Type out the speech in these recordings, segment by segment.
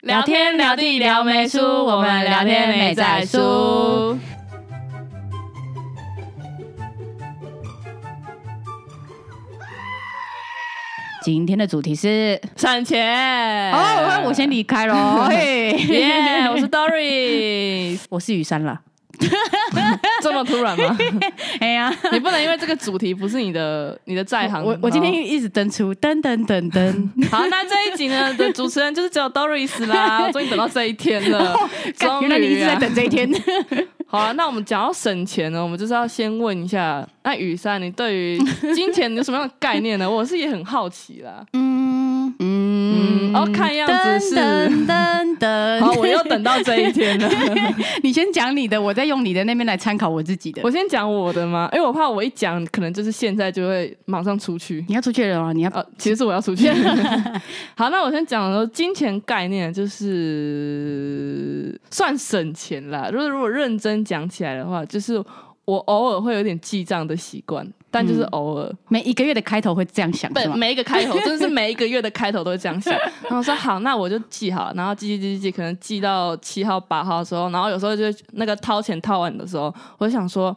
聊天聊地聊没输，我们聊天没在输。今天的主题是省钱哦，那我先离开 喽。嘿，呃耶我 是 Doris。我是雨珊啦。这么突然吗？ 哎呀， 你不能因为这个主题不是你的你的在行。哦我我今天一直登出噔噔噔噔，好，那这一集呢的主持人就是只有 Doris 啦， 我终于等到这一天了。 终于哦原来你一直在啊等这 一天。好了，那我们讲到省钱呢，我们就是要先问一下，那雨珊，你对于金钱有什么样的概念呢？我是也很好奇啦。嗯嗯哦看样子是噔噔好，噔我又等到这一天了。噔， 你先讲你的，我再用你的那边来参考我自己的我。先讲我的嘛，因为我怕我一讲，可能就是现在就会马上出去。你要出去了吗？哦你要呃，其实是我要出去。好，那我先讲说金钱概念，就是算省钱啦。如果如果认真讲起来的话，就是我偶尔会有点记账的习惯，但就是偶尔。每一个月的开头会这样想是本吗？每一个开头，真的是每一个月的开头都会这样想。然后我说好，那我就记好了，然后记记记记记，可能记到七号八号的时候，然后有时候就会那个掏钱掏完的时候，我就想说，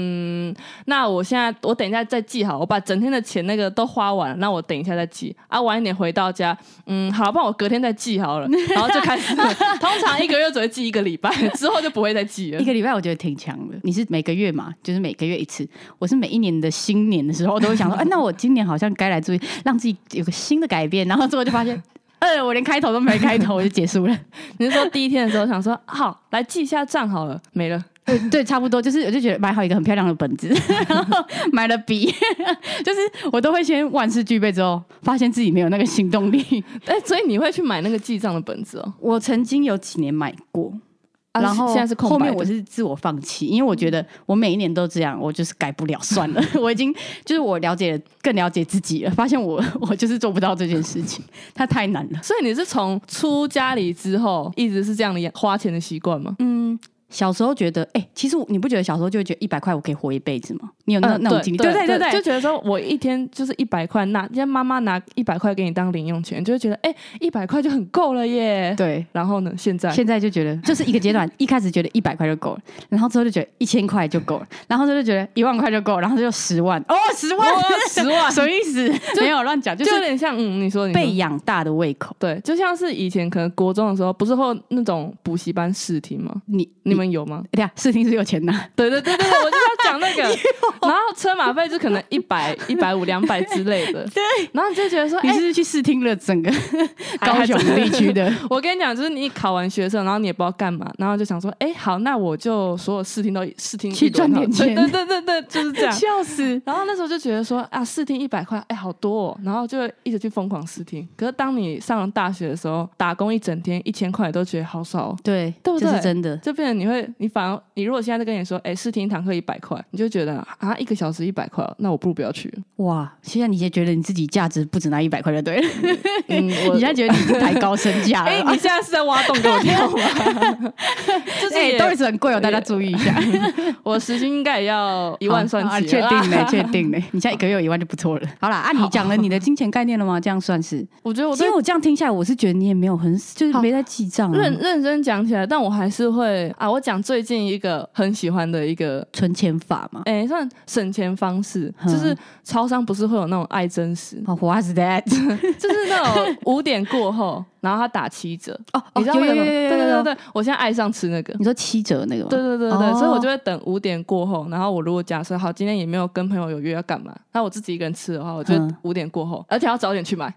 嗯，那我现在我等一下再记好，我把整天的钱那个都花完了，那我等一下再记啊，晚一点回到家，嗯，好，不然我隔天再记好了，然后就开始了。通常一个月只会记一个礼拜，之后就不会再记了一。个礼拜我觉得挺强的。你是每个月嘛，就是每个月一次。我是每一年的新年的时候都会 想说，哎、那我今年好像该来注意，让自己有个新的改变。然后最后就发现， 呃，我连开头都没开头，我就结束了。 你是说第一天的时候想说好来记一下账好了，没了。对，差不多就是，我就觉得买好一个很漂亮的本子， 然后买了笔， 就是我都会先万事俱备之后，发现自己没有那个行动力。哎、所以你会去买那个记账的本子哦？我曾经有几年买过，啊然后现在是空白后的面我是自我放弃，因为我觉得我每一年都这样，我就是改不了， 算了，我已经就是我了解更了解自己了，发现我 我就是做不到这件事情，它太难了。所以你是从出家里之后一直是这样的花钱的习惯吗？嗯，小时候觉得，哎、其实我你不觉得小时候就会觉得一百块我可以活一辈子吗？你有那、嗯那种经历？对呃对对对，就觉得说我一天就是一百块拿，人家妈妈拿一百块给你当零用钱，就会觉得哎，一、百块就很够了耶。对。然后呢，现在现在就觉得就是一个阶段，一开始觉得一百块就够了，然后之后就觉得一千块就够了，然后之后就觉得一万块就够了，然后就十万哦，十万哇10万 什么意思？没有乱讲，就就有是点像嗯，你说你说被养大的胃口。对，就像是以前可能国中的时候，不是会有那种补习班试听吗？你你们有吗？对呀，视听是有钱拿， 对对对对，对我就是要讲那 个。然后车马费就可能一百、一百五、两百之类的。 对。然后你就觉得说，你哎是，不是去试听了整 个还高还雄地区的。 我跟你讲，就是你考完学生，然后你也不知道干嘛，然后就想说，哎、好，那我就所有试听都试听一去赚点钱对对对对，对就是 这样。笑死！然后那时候就觉得说啊，试听一百块，哎、好多、哦，然后就一直去疯狂试听。可是当你上了大学的时候，打工一整天一千块都觉得好少、哦，对，对不对这是真的。就变成你会，你反而你如果现在在跟你说，哎、试听一堂课一百块，你就觉得啊，一个小时一百块，那我不如不要去了。哇！现在你也觉得你自己价值不止拿一百块就对了，嗯， 我 你现在觉得你是抬高身价 哎、了 你吧。现在是在挖洞给我跳吗？ 就是哎，也都是很贵哦，大家注意一下。我时薪应该也要 一一万算起，啊 确 定没？确定没？你现在一个月有一万就不错了。好啦，啊，你讲了你的金钱概念了吗？这样算是？我觉得我其对实我这样听下来，我是觉得你也没有很，就是好没在记账啊，认认真讲起来，但我还是会啊，我讲最近一个很喜欢的一个。存钱法嘛。哎、算省钱方式，嗯就是超商不是会有那种爱真实， 哦，What's that？就是那种五点过后，然后他打七折，哦，你知道有吗？有对有对有哦有对对，有。我现在爱上吃那个，你说七折那个吗？对对对对，哦所以我就会等五点过后，然后我如果假设好今天也没有跟朋友有约要干嘛，那我自己一个人吃的话，我就嗯五点过后，而且要早点去买，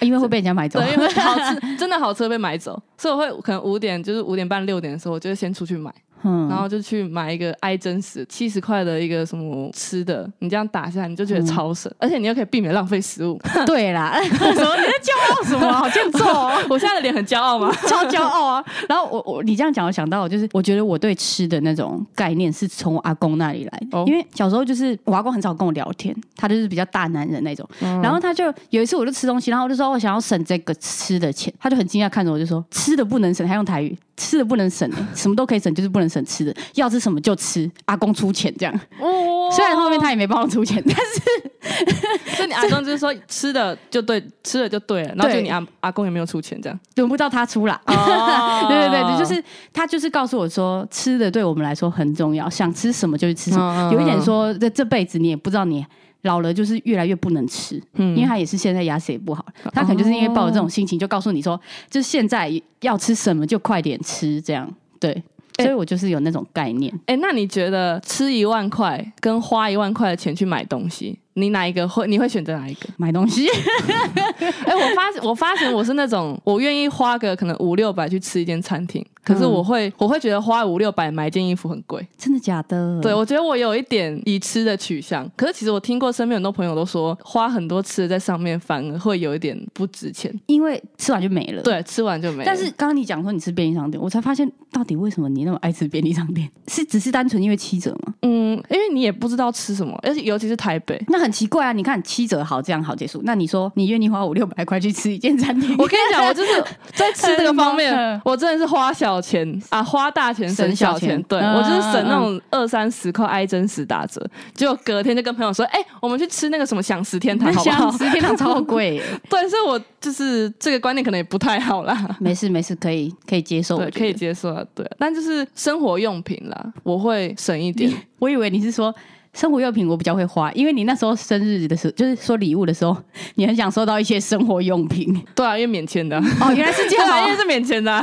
因为会被人家买走。 对，因为好 吃真的好吃会被买走，所以我会可能五点就是五点半六点的时候，我就会先出去买，嗯 然后就去买一个爱真实七十块的一个什么吃的，你这样打下来你就觉得超省，而且你又可以避免浪费食物。 对啦， 什么你在骄傲什么？好欠揍 哦，我现在的脸很骄傲吗？超骄傲啊！然后我我你这样讲，我想到就是，我觉得我对吃的那种概念是从我阿公那里来的，哦因为小时候就是我阿公很少跟我聊天，他就是比较大男人那种。嗯然后他就有一次我就吃东西，然后我就说我哦想要省这个吃的钱，他就很惊讶看着我就说吃的不能省，他用台语。吃的不能省、欸，什么都可以省，就是不能省吃的。要吃什么就吃，阿公出钱这样。 哇虽然后面他也没帮我出钱，但是所以你阿公就是说吃的就对，吃的就对了，然后就你阿阿公也没有出钱这样。轮不到他出啦。哦 对对对，就是他就是告诉我说，吃的对我们来说很重要，想吃什么就去吃什嗯嗯么。嗯有一点说，这这辈子你也不知道你老了就是越来越不能吃，嗯因为他也是现在牙齿也不好，他可能就是因为抱着这种心情，就告诉你说，就是现在要吃什么就快点吃，这样对。哎所以我就是有那种概念，哎、那你觉得吃一万块跟花一万块的钱去买东西，你哪一个会？你会选择哪一个？买 东西哎、我发我发现我是那种我愿意花个可能五六百去吃一间餐厅，可是嗯我会、我会觉得花五六百买一件衣服很贵。真的假的？对，我觉得我有一点以吃的取向，可是其实我听过身边很多朋友都说，花很多吃的在上面反而会有一点不值钱。因为吃完就没了。。对，吃完就没了。但是刚刚你讲说你吃便利商店，我才发现到底为什么你那么爱吃便利商店？是只是单纯因为七折吗？嗯，因为你也不知道吃什么，而且尤其是台北。那很奇怪啊！你看七折好，这样好结束。那你说你愿意花五六百块去吃一间餐厅？ 我跟你讲，我就是在吃这个方面嗯，我真的是花小钱啊，花大钱省小省小钱。嗯钱对嗯我就是省那种二三十块，挨真实打折。结果隔天就跟朋友说，哎，我们去吃那个什么享食 天堂，好不想好吃？天堂超贵耶， 对，所以我就是这个观念可能也不太好 啦。 没事没事，可以可以接受，对我，觉得可以。接受啊，对，但就是生活用品啦，我会省一点。我以为你是说生活用品我比较会花，因为你那时候生日的时候，就是说礼物的时候，你很想收到一些生活用品。对啊，因为免钱的啊，哦， 原来是这对 样啊，因啊为！是免钱的啊。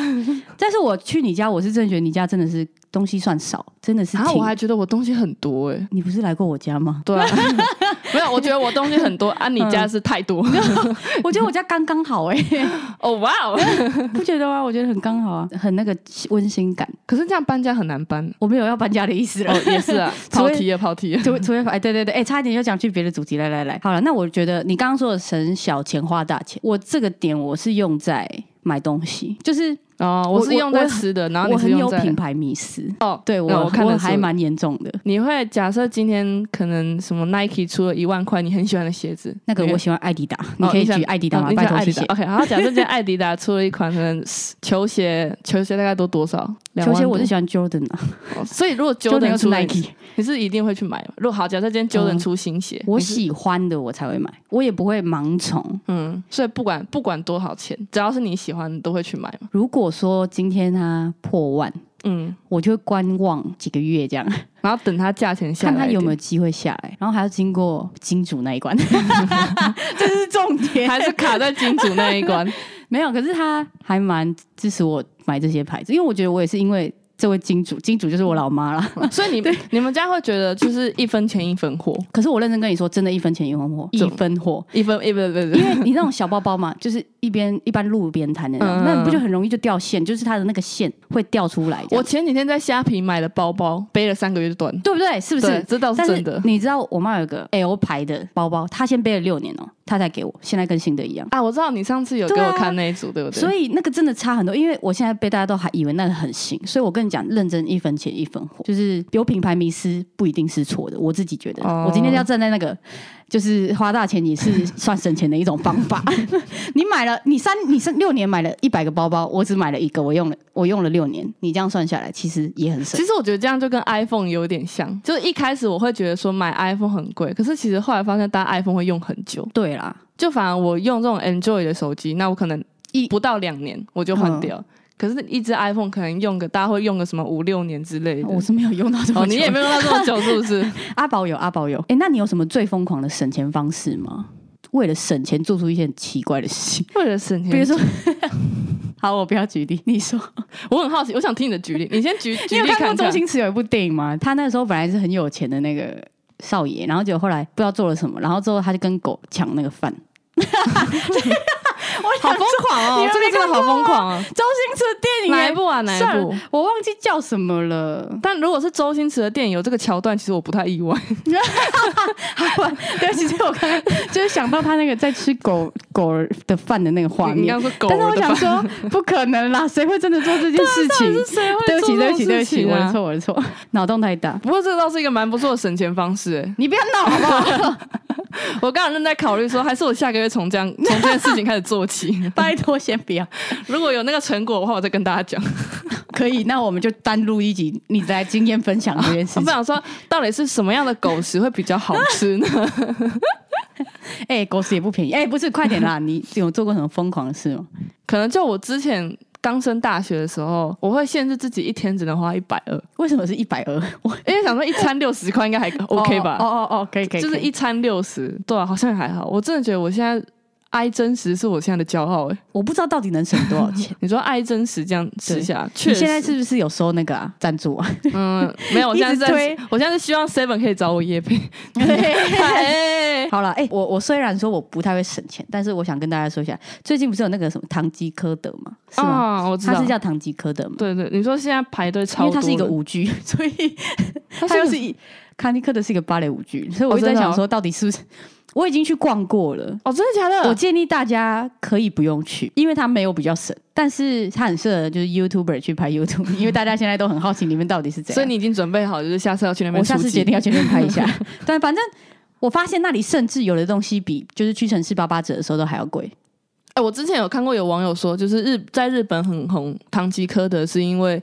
但是我去你家，我是真的觉得你家真的是东西算少，真的是挺。然后我还觉得我东西很多哎。你不是来过我家吗？对啊， 没有，我觉得我东西很多啊，你家是太 多。 我觉得我家刚刚好哎、哦哇哦！不觉得吗？ 我觉得很刚好啊， 很那个温馨感。可是这样搬家很难 搬。我没有要搬家的意思了。哦，也是啊，除跑非题啊，跑题啊。 除除非哎，对对对，哎、差一点又讲去别的主题，来来来，好了，那我觉得你刚刚说的省小钱花大钱，我这个点我是用在买东西，就是哦，我我是用在吃的，然后我啊你是很用有在品。牌迷失，哦，对我、那我看得出还蛮严重的。你会假设今天可能什么 Nike 出了一万块你很喜欢的鞋子，那个你我会喜欢艾迪达，哦你可以想举艾迪达哦吗？你拜想托艾谢迪谢达。。OK，然后假设今天艾迪达出了一款可能球鞋，球鞋大概都多少？两球万鞋我多是喜欢 Jordan 啊哦所以如果，Jordan 又 Jordan 是出了你 Nike，你是一定会去买吗？如果好，假设今天 Jordan 出新鞋，我你是喜欢的我才会买，我也不会盲从。嗯，所以不管不管多少钱，只要是你喜欢，你都会去买嘛。如果说今天它破万，嗯，我就会观望几个月这样，然后等它价钱下来看一点，他有没有机会下来，然后还要经过金主那一关， 这是重点。还是卡在金主那一 关。没有，可是他还蛮支持我买这些牌子，因为我觉得我也是因为这位金主，金主就是我老妈啦。嗯所以你你们家会觉得就是一分钱一分货，可是我认真跟你说，真的一分钱一分货，一怎么分货。一分一分不因是为你那种小包包嘛，就是一边一般路边摊的那种，嗯那不就很容易就掉线，就是它的那个线会掉出来这我样，前几天在虾皮买的包包，背了三个月就断了。对不对？是不对是？这倒是但真是的你知道我妈有个 L 牌的包包，她先背了六年哦、她才给我，现在跟新的一样。啊！我知道你上次有给对啊我看那一组，对不对？所以那个真的差很多，因为我现在被大家都还以为那个很新，所以我跟你讲，认真一分钱一分货，就是有品牌迷失不一定是错的，我自己觉得，哦我今天要站在那个。就是花大钱也是算省钱的一种方 法。你买了，你三你三六年买了一百个包包，我只买了一个，我用了我用了六年，你这样算下来其实也很省其。实我觉得这样就跟 iPhone 有点像，就是一开始我会觉得说买 iPhone 很贵，可是其实后来发现大家 iPhone 会用很久，对啦，就反而我用这种 Android 的手机，那我可能一不到两年我就换掉。可是，一只 iPhone 可能用个，大家会用个什么五六年之类的。我是没有用到这么哦，久。你也没有用到这么久，是不是？阿宝有阿宝有，哎、那你有什么最疯狂的省钱方式吗？为了省钱做出一些很奇怪的事情？ 为了省钱，比如说， 好，我不要举例，你说，我很好奇，我想听你的举例，你先举 你举有例看过看周看。星驰有一部电影吗？他那时候本来是很有钱的那个少爷，然后结果后来不知道做了什么，然后之后他就跟狗抢那 个饭。我好想疯狂 哦！你们这个真没的看好过疯狂啊！周星驰的电影哪一耶？部啊？哪算一了部？我忘记叫什么 了。但如果是周星驰的电影有这个桥段，其实我不太意外。对，其实我刚刚 就是想到他那个在吃狗狗的饭的那个画你面刚， 说狗但是我的想吧，说，不可能啦，谁会真的做这件事情？是谁会对不起，做这对种不起，对不事起，情我啊的错，我的错，脑洞太大。不过这倒是一个蛮不错的省钱方式、欸。 你不要闹好不好？我刚刚正在考虑 说，还是我下个月从 这样从这件事情开始做起。拜托，先不要。如果有那个成果的话，我再跟大家讲。可以，那我们就单录一集，你来经验分享这件事我情不。想说，到底是什么样的狗食会比较好吃呢？哎、狗屎也不便宜。哎、不是，快点 啦！你有做过什么疯狂的事吗？可能就我之前刚升大学的时候，我会限制自己一天只能花一百二，为什么是一百二 因为想说一餐六十块应该还 OK 吧？哦哦哦，可以可以，就是可以一餐六十，对啊，好像还好。我真的觉得我现在爱真实是我现在的骄傲哎、。我不知道到底能省多 少钱你说爱真实这样吃下来，确你实现在是不是有收那个啊赞助 啊？嗯没 有，我现在是在一直我现在是希望 Seven 可以找我叶 配。哎好了，哎、我我虽然说我不太会省钱，但是我想跟大家说一下，最近不是有那个什么唐吉诃德嘛，是吗？啊，我知它道是。叫唐吉诃德嘛？对对，你说现在排队超因多的，为它是一个舞剧， 所以它它是又一个是一唐吉诃德是一个芭蕾舞剧，所以我哦一直在真的想哦说，到底是不 是？我已经去逛过了。哦，真的假的？我建议大家可以不用去，因为它没有比较省，但是它很适合就是 YouTuber 去拍 YouTube，因为大家现在都很好奇里面到底是怎样。啊所以你已经准备好，就是下次要去那边我出击。下次决定要去那边拍一 下。对，反正我发现那里甚至有的东西比就是屈臣氏八八折的时候都还要贵。哎、我之前有看过有网友说，就是日在日本很红唐吉诃德，是因为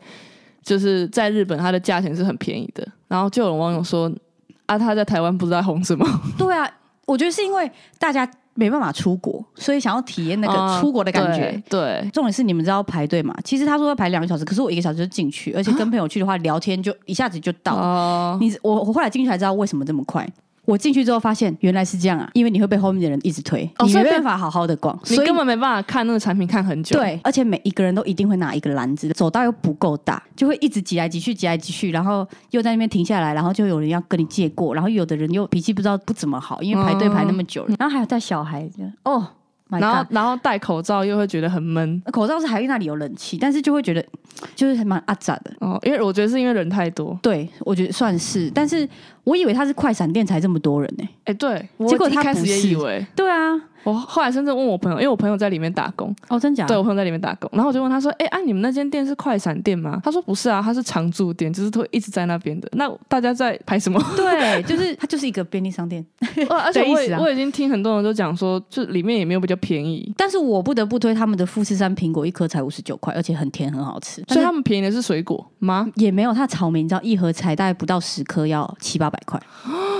就是在日本它的价钱是很便宜的，然后就有网友说啊，他在台湾不知道在红什么，对啊，我觉得是因为大家没办法出国，所以想要体 验那个嗯出国的感觉。对。对重点是你们知道排队嘛？其实他说要排两个小时，可是我一个小时就进去，而且跟朋友去的话，聊天就一下子就到。啊哦，你我我后来进去才知道为什么这么快。我进去之后发现原来是这样啊，因为你会被后面的人一直推，哦你所没以办法好好的逛，你所以根本没办法看那个产品看很久。，对，而且每一个人都一定会拿一个篮子，走道又不够大，就会一直挤来挤去，挤来挤去，然后又在那边停下来，然后就有人要跟你借过，然后有的人又脾气不知道不怎么好，因为排队排那么久嗯了，然后还有带小孩的，哦，My 然后 God。然后戴口罩又会觉得很闷口罩是还因为那里有冷气，但是就会觉得就是还蛮阿杂的。哦，因为我觉得是因为人太多。对，我觉得算是，但是我以为他是快闪店才这么多人呢、哎、对，结果我一他开不始也是以为，对啊，我后来甚至问我朋友，因为我朋友在里面打工，哦，真假？对我朋友在里面打工，然后我就问他说：“哎、啊，你们那间店是快闪店吗？”他说：“不是啊，他是常驻店，就是都一直在那边的。那大家在排 什么？对，就是 它就是一个便利商店。呃而且我意思也、啊我已经听很多人都讲说，就里面也没有比较便宜，但是我不得不推他们的富士山苹果，一颗才五十九块，而且很甜，很好吃。所以他们便宜的是嗯水果吗？也没有，它草莓你知道一盒才大概不到十颗，要七八百 块，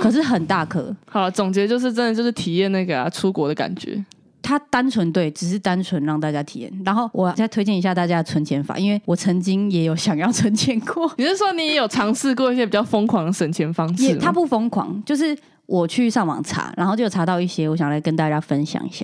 可是很大颗。好了，总结就是真的就是体验那个啊出国的感觉。它单纯对，只是单纯让大家体验。然后我再推荐一下大家的存钱法，因为我曾经也有想要存钱过，你是说你也有尝试过一些比较疯狂的省钱方式也吗？它不疯狂，就是我去上网查，然后就有查到一些，我想来跟大家分享一下。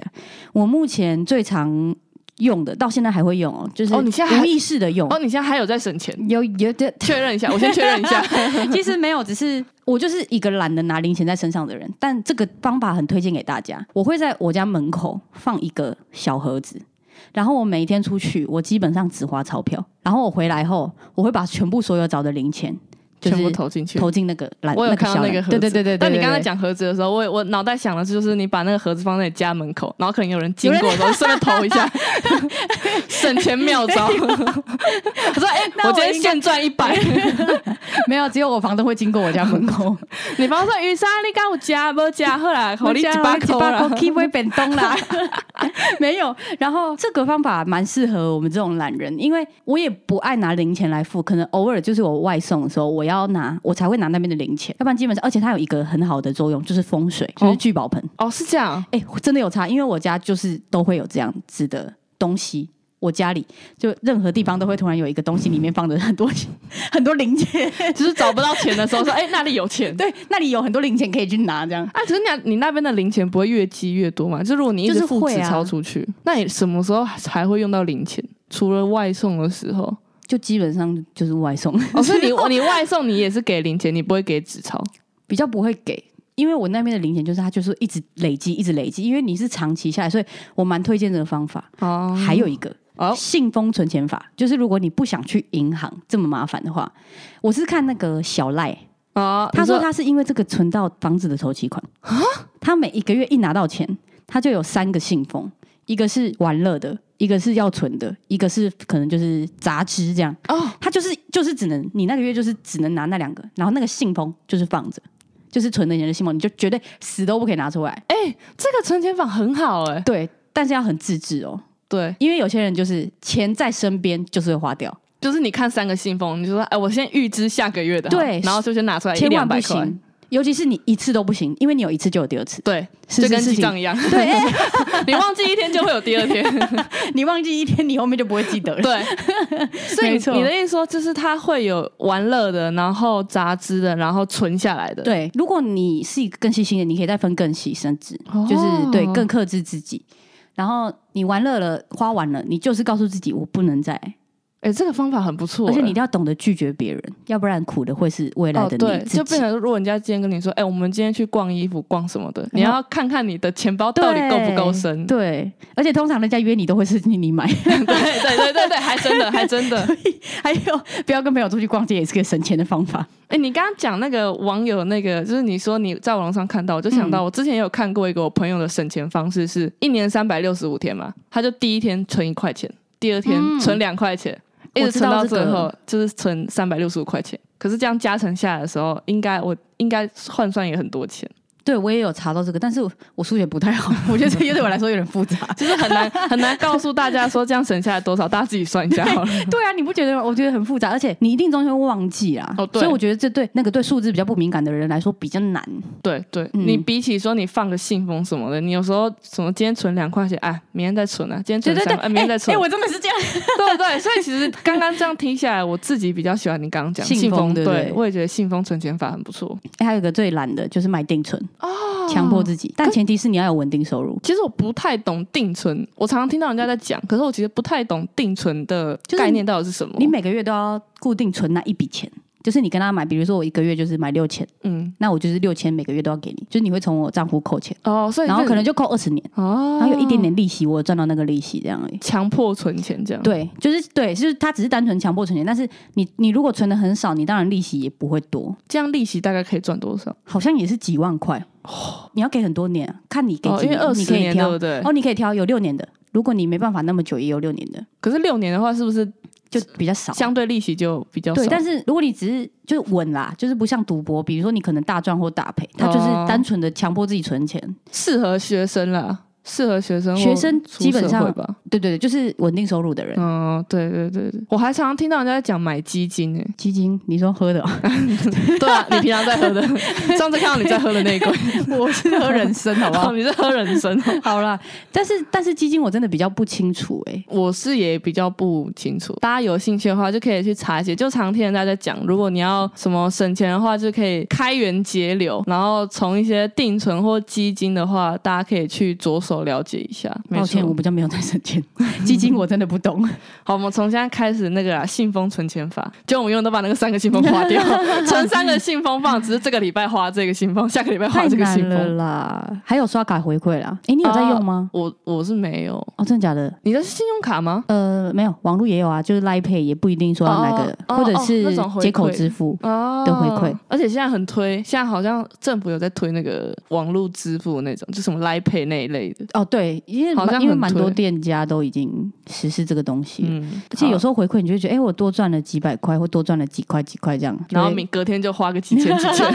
我目前最常用的，到现在还会用哦，就是哦你现在还无意识的用，哦，你现在还有在省钱？有有的确认一下，我先确认一 下。其实没有，只是我就是一个懒得拿零钱在身上的人。但这个方法很推荐给大家。我会在我家门口放一个小盒子，然后我每一天出去，我基本上只花钞票。然后我回来后，我会把全部所有找的零钱，就全部是投进去，投进那个篮，我有看到小啊那个篮盒子，对对对对对。但你对刚才对讲盒子的时候，我我脑袋想的是，就是你把那个盒子放在你家门 口，然后可能有人经过的时候顺便投一 下，省钱妙招。我说，哎、那我我今天现赚一百。没有，只有我房东会经过我家门口，你帮我说，雨莎，你刚我加不加？后来我你几把口把啦。口 keep 变东啦，没有。然后这个方法蛮适合我们这种懒人，因为我也不爱拿零钱来付，可能偶尔就是我外送的时候，我要拿，我才会拿那边的零钱，要不然基本上，而且它有一个很好的作用，就是风水，就是聚宝盆。 哦，是这样。哎、真的有差，因为我家就是都会有这样子的东西。我家里就任何地方都会突然有一个东西，里面放着很多很多零钱，就是找不到钱的时候说，哎、那里有钱。对，那里有很多零钱可以去拿，这样。啊，可是你你那边的零钱不会越积越多嘛？就如果你一就是直付会纸啊钞出去，那你什么时候还会用到零钱？除了外送的时 候，就基本上就是外送。哦，所以你你外送你也是给零钱，你不会给纸钞。 比较不会给，因为我那边的零钱就是它就是一直累积，一直累积，因为你是长期下来，所以我蛮推荐这个方法。哦还有一个哦信封存钱法，就是如果你不想去银行这么麻烦的话，我是看那个小赖，哦，他说你啊他是因为这个存到房子的头期款他每一个月一拿到钱，他就有三个信封，一个是玩乐的，一个是要存的，一个是可能就是杂支这样。哦，他就是就是只能你那个月就是只能拿那两个，然后那个信封就是放着，就是存的钱的信封，你就绝对死都不可以拿出来。哎、这个存钱法很好哎、对，但是要很自制哦，对，因为有些人就是钱在身边就是会花掉，就是你看三个信封，你就说哎、我先预支下个月的好，对然后就先拿出来一千两万不百块，行。尤其是你一次都不行，因为你有一次就有第二次。对，是就跟是是记账一样， 对，哎你忘记一天就会有第二天。 你忘记一天，你后面就不会记得了。对，所以没错你的意思说，就是它会有玩乐的，然后杂志的，然后存下来的。， 对，如果你是一个更细心的，你可以再分更细，甚至、哦就是对更克制自己。然后你玩乐了，花完了，你就是告诉自己我不能再，哎，这个方法很不错。而且你一诶定要懂得拒绝别人，要不然苦的会是未来哦，的你对，自己。就变成如果人家今天跟你说，哎，我们今天去逛衣服、逛什么的，你然后要看看你的钱包到底够不够对深。对，而且通常人家约你都会是你 买，对对对对对，还真的还真的。还有不要跟朋友出去逛街也是个省钱的方法。哎、你刚刚讲那个网友那个，就是你说你在网络上看到，我就想嗯到我之前也有看过一个我朋友的省钱方式是，一年三百六十五天嘛，他就第一天存一块钱，第二天嗯存两块钱，一我直知存道到这最个后、就是存三百六十五块钱。可是这样加成下来的时候，应该我应该换算也很多钱，对我也有查到这个，但是我我数学不太好， 我觉得这个对我来说有点复 杂。就是很难很难告诉大家说这样省下来多少，大家自己算一下好了。 对啊，你不觉得吗？我觉得很复杂，而且你一定中间会忘记啊。哦对所以我觉得这对那个对数字比较不敏感的人来说比较难。对对，嗯你比起说你放个信封什么的，你有时候什么今天存两块钱，哎，明天再存啊，今天对存对三对，块，哎明天再存哎、。我真的是这 样。对不对？所以其实刚刚这样听下来，我自己比较喜欢你刚刚讲信封对不对我也觉得信封存钱法很不错。哎还有一个最懒的就是买定存哦，强迫自己，但前提是你要有稳定收入。其实我不太懂定存，我常常听到人家在讲，可是我其实不太懂定存的概念到底是什么。你每个月都要固定存那一笔钱，就是你跟他买，比如说我一个月就是买六千，嗯那我就是六千每个月都要给你，就是你会从我账户扣钱，哦，所以然后这可能就扣二十年，哦，然后有一点点利息，我有赚到那个利息这样而已。强迫存钱这样。对，就是对，就是他只是单纯强迫存钱，但是你你如果存的很少，你当然利息也不会多，这样利息大概可以赚多少？好像也是几万块。你要给很多年啊，看你给哦，几因为年，二你十可以年对不挑。对？哦，你可以挑有六年的，如果你没办法那么久，也有六年的，可是六年的话，是不是就比较少。相对利息就比较少？对，但是如果你只是就是稳啦，就是不像赌博，比如说你可能大赚或大赔，他就是哦单纯的强迫自己存钱。适合学生啦，适合学生或学生出基本社上会吧。对对对，就是稳定收入的人。嗯，对对对对，我还常常听到人家在讲买基金欸诶、基金，你说喝的哦， 对啊，你平常在喝 的，上次看到你在喝的那一罐，我是喝人参，好 不哦，好？你在喝人参哦。 好啦，但是但是基金我真的比较不清楚哎、我是也比较不清楚，大家有兴趣的话就可以去查一些，就常听人家在讲，如果你要什么省钱的话，就可以开源节流，然后从一些定存或基金的话，大家可以去着手了解一下。没抱歉，我错，比较没有在省钱， 基金我真的不 懂。好，我们从现在开始那个啊，信封存钱法，就我们永远都把那个三个信封 花掉，存三个信封放，只是这个礼拜花这个信封，下个礼拜花这个信封。啦！还有刷卡回馈啦，诶，你呃有在用啊吗？我我是没有，哦，真的假的？你的是信用卡吗？呃，没有，网络也有啊，就是 Line Pay 也不一定说要哪个，哦哦或者哦是那种回馈接口支付。哦的回馈，而且现在很推，现在好像政府有在推那个网络支付那种，就什么 Line Pay 那一类的。哦，对，因为好像蛮因为很蛮推多店家都已经实施这个东西了，嗯，而且有时候，候回馈你就会觉得，诶，哎我多赚了几百块，或多赚了几块几块这样。然后就会明隔天就花个几千几 千，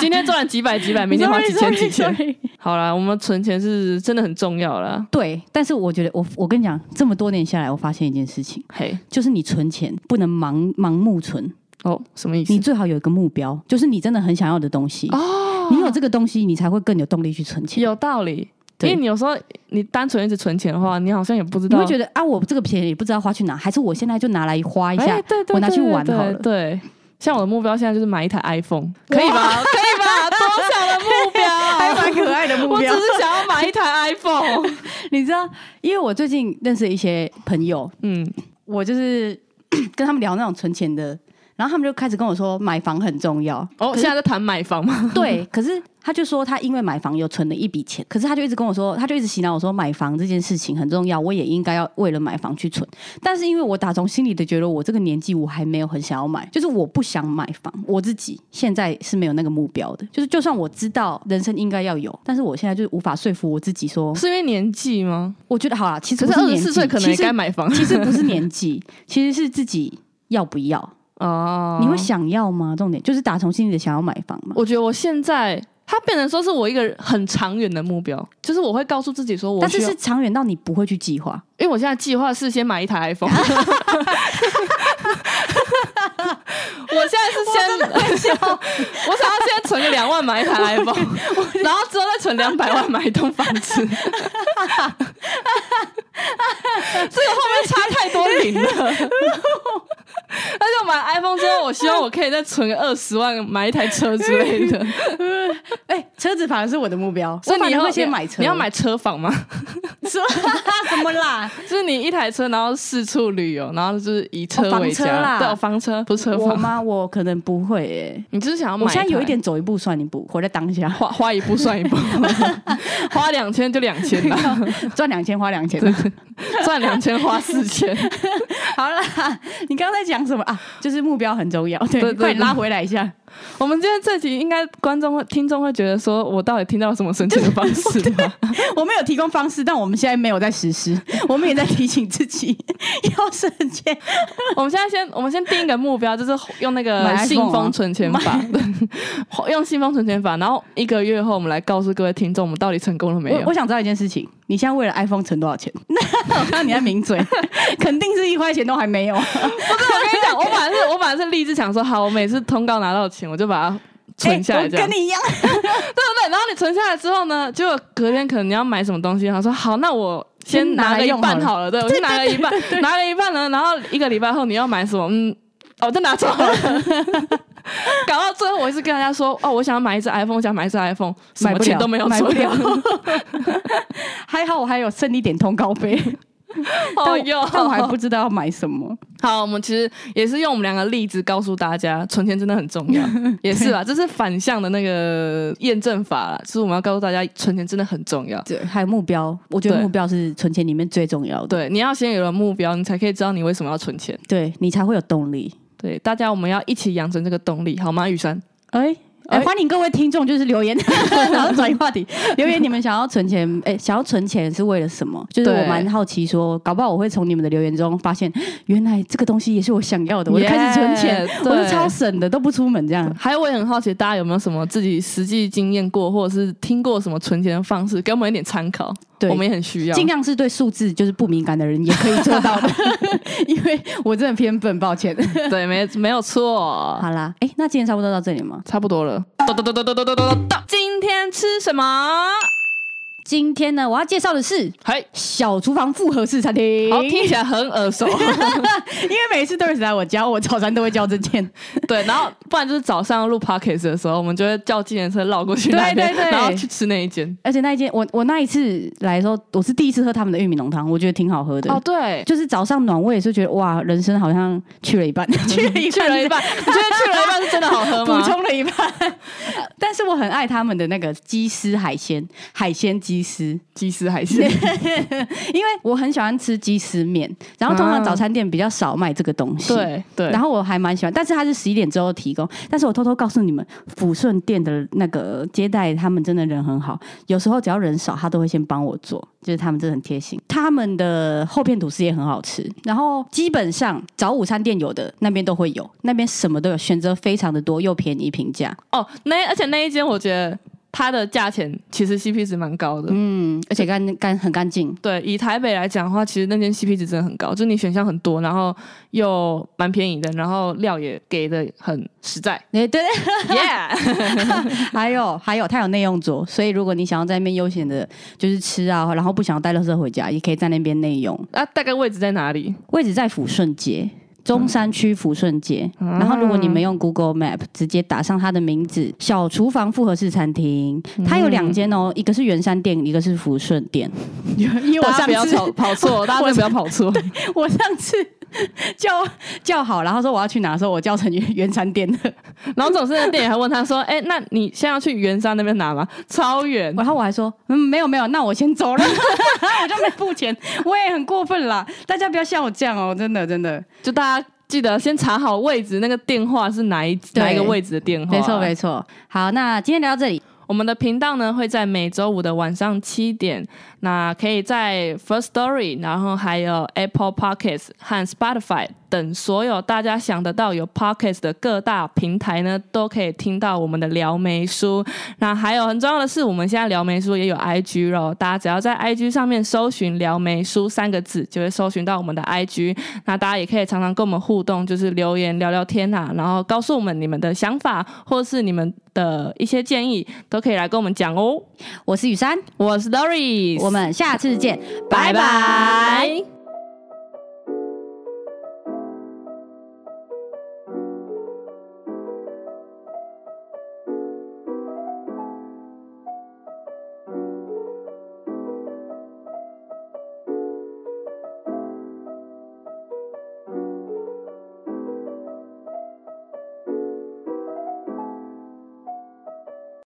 今天赚了几百几百，明天花几千 Sorry，几 千。 sorry，sorry 好啦，我们存钱是真的很重要啦。对，但是我觉得我我跟你讲，这么多年下来，我发现一件事情，嘿，就是你存钱不能盲盲目存，哦，什么意思你？最好有一个目标，就是你真的很想要的东西。哦你有这个东西，你才会更有动力去存钱。有道理，因对为你有时候你单纯一直存钱的话，你好像也不知你道会觉得啊，我这个钱也不知道花去哪，还是我现在就拿来花一下哎，对对对，我拿去玩对好 了对，像我的目标现在就是买一台 iPhone，可以吧？可以吧？多小的目 标？啊蛮可爱的我只是想要买一台 iPhone。 你知道，因为我最近认识一些朋友，嗯，我就是 跟他们聊那种存钱的，然后他们就开始跟我说买房很重要。哦，现在在谈买房吗？对，可是他就说他因为买房有存了一笔钱，可是他就一直跟我说，他就一直洗脑我说买房这件事情很重要，我也应该要为了买房去存。但是因为我打从心里的觉得我这个年纪我还没有很想要买，就是我不想买房，我自己现在是没有那个目标的。就是就算我知道人生应该要有，但是我现在就是无法说服我自己说，是因为年纪吗？我觉得好啦，其可实不是二年十纪四岁可能其也该实买房 其实不是年纪，其实是自己要不要。哦你会，想要吗？重点就是打从心里的想要买房嘛。我觉得我现在。它变成说是我一个很长远的目标，就是我会告诉自己说我，但是是长远到你不会去计划， 因为我现在计划是先买一台 iPhone，我现在是先，我想要先存个两万买一台 iPhone，然后之后再存两百万买一栋房子。这个后面差太多零了。那就买 iPhone 之后，我希望我可以再存个二十万买一台车之类 的。哎、车子反而是我的目标，所以 我你反以而后会先买车，你要 买车房吗？ 什么什么啦？就是你一台车，然后四处旅游，然后就是以车哦房为车家，啦对，哦房车不是车我房。吗？我可能不会诶、你就是想要买我台？现在有一点走一步算一步，活在当下， 花花一步算一步， 花两千就两千 啦，赚两千花两千。赚两千花四千。 好啦，你刚刚在讲什么啊？就是目标很重要，对，对对快点对拉回来一下。我们今天这集应该观众会、听众会觉得说，我到底听到了什么神奇的方式 吗？我们有提供方式，但我们现在没有在实施，我们也在提醒自己 要省钱。我们现在先，我们先定一个目标，就是用那个买 iPhone 啊信封存钱法，对 用信封存钱法，然后一个月后，我们来告诉各位听众，我们到底成功了没我有我？想知道一件事情，你现在为了 iPhone 存多少钱？ 那我看到你在抿嘴， 肯定是一块钱都还 没有。 不是，我跟你讲，我本来是我本来是立志想说，好，我每次通告拿到钱，我就把它存下来，哎这我样、跟你一样，对不对？然后你存下来之后呢，就隔天可能你要买什么东西，然后说好，那我先先拿拿来了一用半好好了，对，我先拿了一半，拿了一半呢，然后一个礼拜后你要买什么？嗯，哦，再拿走了。 搞到最后，我一直跟大家说，哦，我想要买一只 iPhone，我想买一只 iPhone，什买么不钱了都没有买存不了。 还好我还有剩一点通告费，但哦我哟，但我还不知道要买什么。好，我们其实也是用我们两个例子告诉大家，存钱真的很重 要，也是啦，这是反向的那个验证法啦，就是我们要告诉大家，存钱真的很重要。对，还有目标，我觉得对目标是存钱里面最重要的。对，你要先有了目标，你才可以知道你为什么要存钱。对你才会有动力。对，大家我们要一起养成这个动力，好吗？雨珊，哎、哎、哎欢迎各位听众，就是留 言，然后转移话题，留言你们想要存钱， 哎、想要存钱是为了什么？就是对我蛮好奇说搞不好我会从你们的留言中发现，原来这个东西也是我想要的，我就开始存钱 Yeah，我 对是超省的，都不出门这样。还有我也很好奇，大家有没有什么自己实际经验过，或者是听过什么存钱的方式，给我们一点参考，对我们也很需要。尽量是对数字就是不敏感的人也可以做 到的，因为我真的偏笨，抱歉。对，没没有错。 好啦，哎、那今天差不多到这里吗？差不多了，咚咚咚咚咚咚咚咚咚今天吃什么？今天呢，我要介绍的是嘿，小厨房复合式餐厅，好，听起来很耳 熟。因为每一次 Doris 来我家，我早餐都会叫这件。对，然后不然就是早上录 podcast 的时候，我们就会叫计程车绕过去那边，对对对然后去吃那一间。而且那一间，我我那一次来的时候，我是第一次喝他们的玉米浓汤，我觉得挺好喝的。哦，对，就是早上暖胃，是觉得哇，人生好像去了 一半，去了一半，去了一半，你觉得去了一半是真的好喝补吗？充了一半。 但是我很爱他们的那个鸡丝海鲜，海鲜鸡丝，鸡丝海鲜，因为我很喜欢吃鸡丝面，然后通啊常早餐店比较少卖这个东 西。。对对，然后我还蛮喜欢，但是它是十一点之后提供。但是我偷偷告诉你们，抚顺店的那个接待，他们真的人很好。有时候只要人少，他都会先帮我做，就是他们真的很贴心。他们的厚片吐司也很好吃，然后基本上早午餐店有的那边都会有，那边什么都有，选择非常的多，又便宜平价，哦，那而且那一间我觉得它的价钱其实 CP 值蛮高的。嗯，而且干干很干净。对，以台北来讲的话，其实那间 CP 值真的很高，就是你选项很多，然后又蛮便宜的，然后料也给的很实在哎、对， ，Yeah，还有还有，它有内用桌，所以如果你想要在那边悠闲的，就是吃啊，然后不想要带垃圾回家，也可以在那边内用。那、大概位置在哪里？位置在抚顺街。中山区抚顺街，然后如果你们用 Google Map 直接打上它的名字“小厨房复合式餐厅”，它有两间哦，一个是圆山店，一个是抚顺 店。 因为我大家上不要次跑 跑错，大家真的不要跑错。我上次 叫叫好，然后说我要去哪的时候，我叫成圆 圆山店的， 然后总是那店员还问他说：“哎、那你现在要去圆山那边拿吗？超远。然后我还说嗯没有没有，那我先走了， 我就没付钱，我也很过分啦，大家不要像我这样哦，真的真的，”就大家记得先查好位置，那个电话是哪一对哪一个位置的电话。没错没错。好，那今天聊到这里，我们的频道呢会在每周五的晚上七点，那可以在 First Story，然后还有 Apple Podcasts 和 Spotify 等所有大家想得到有 podcast 的各大平台呢，都可以听到我们的撩妹书。那还有很重要的是，我们现在撩妹书也有 IG 咯，大家只要在 IG 上面搜寻“撩妹书”三个字，就会搜寻到我们的 IG。那大家也可以常常跟我们互动，就是留言聊聊天啊，然后告诉我们你们的想法，或是你们的一些建议，都可以来跟我们讲哦。我是雨珊，我是 Doris，我们下次见，拜拜拜拜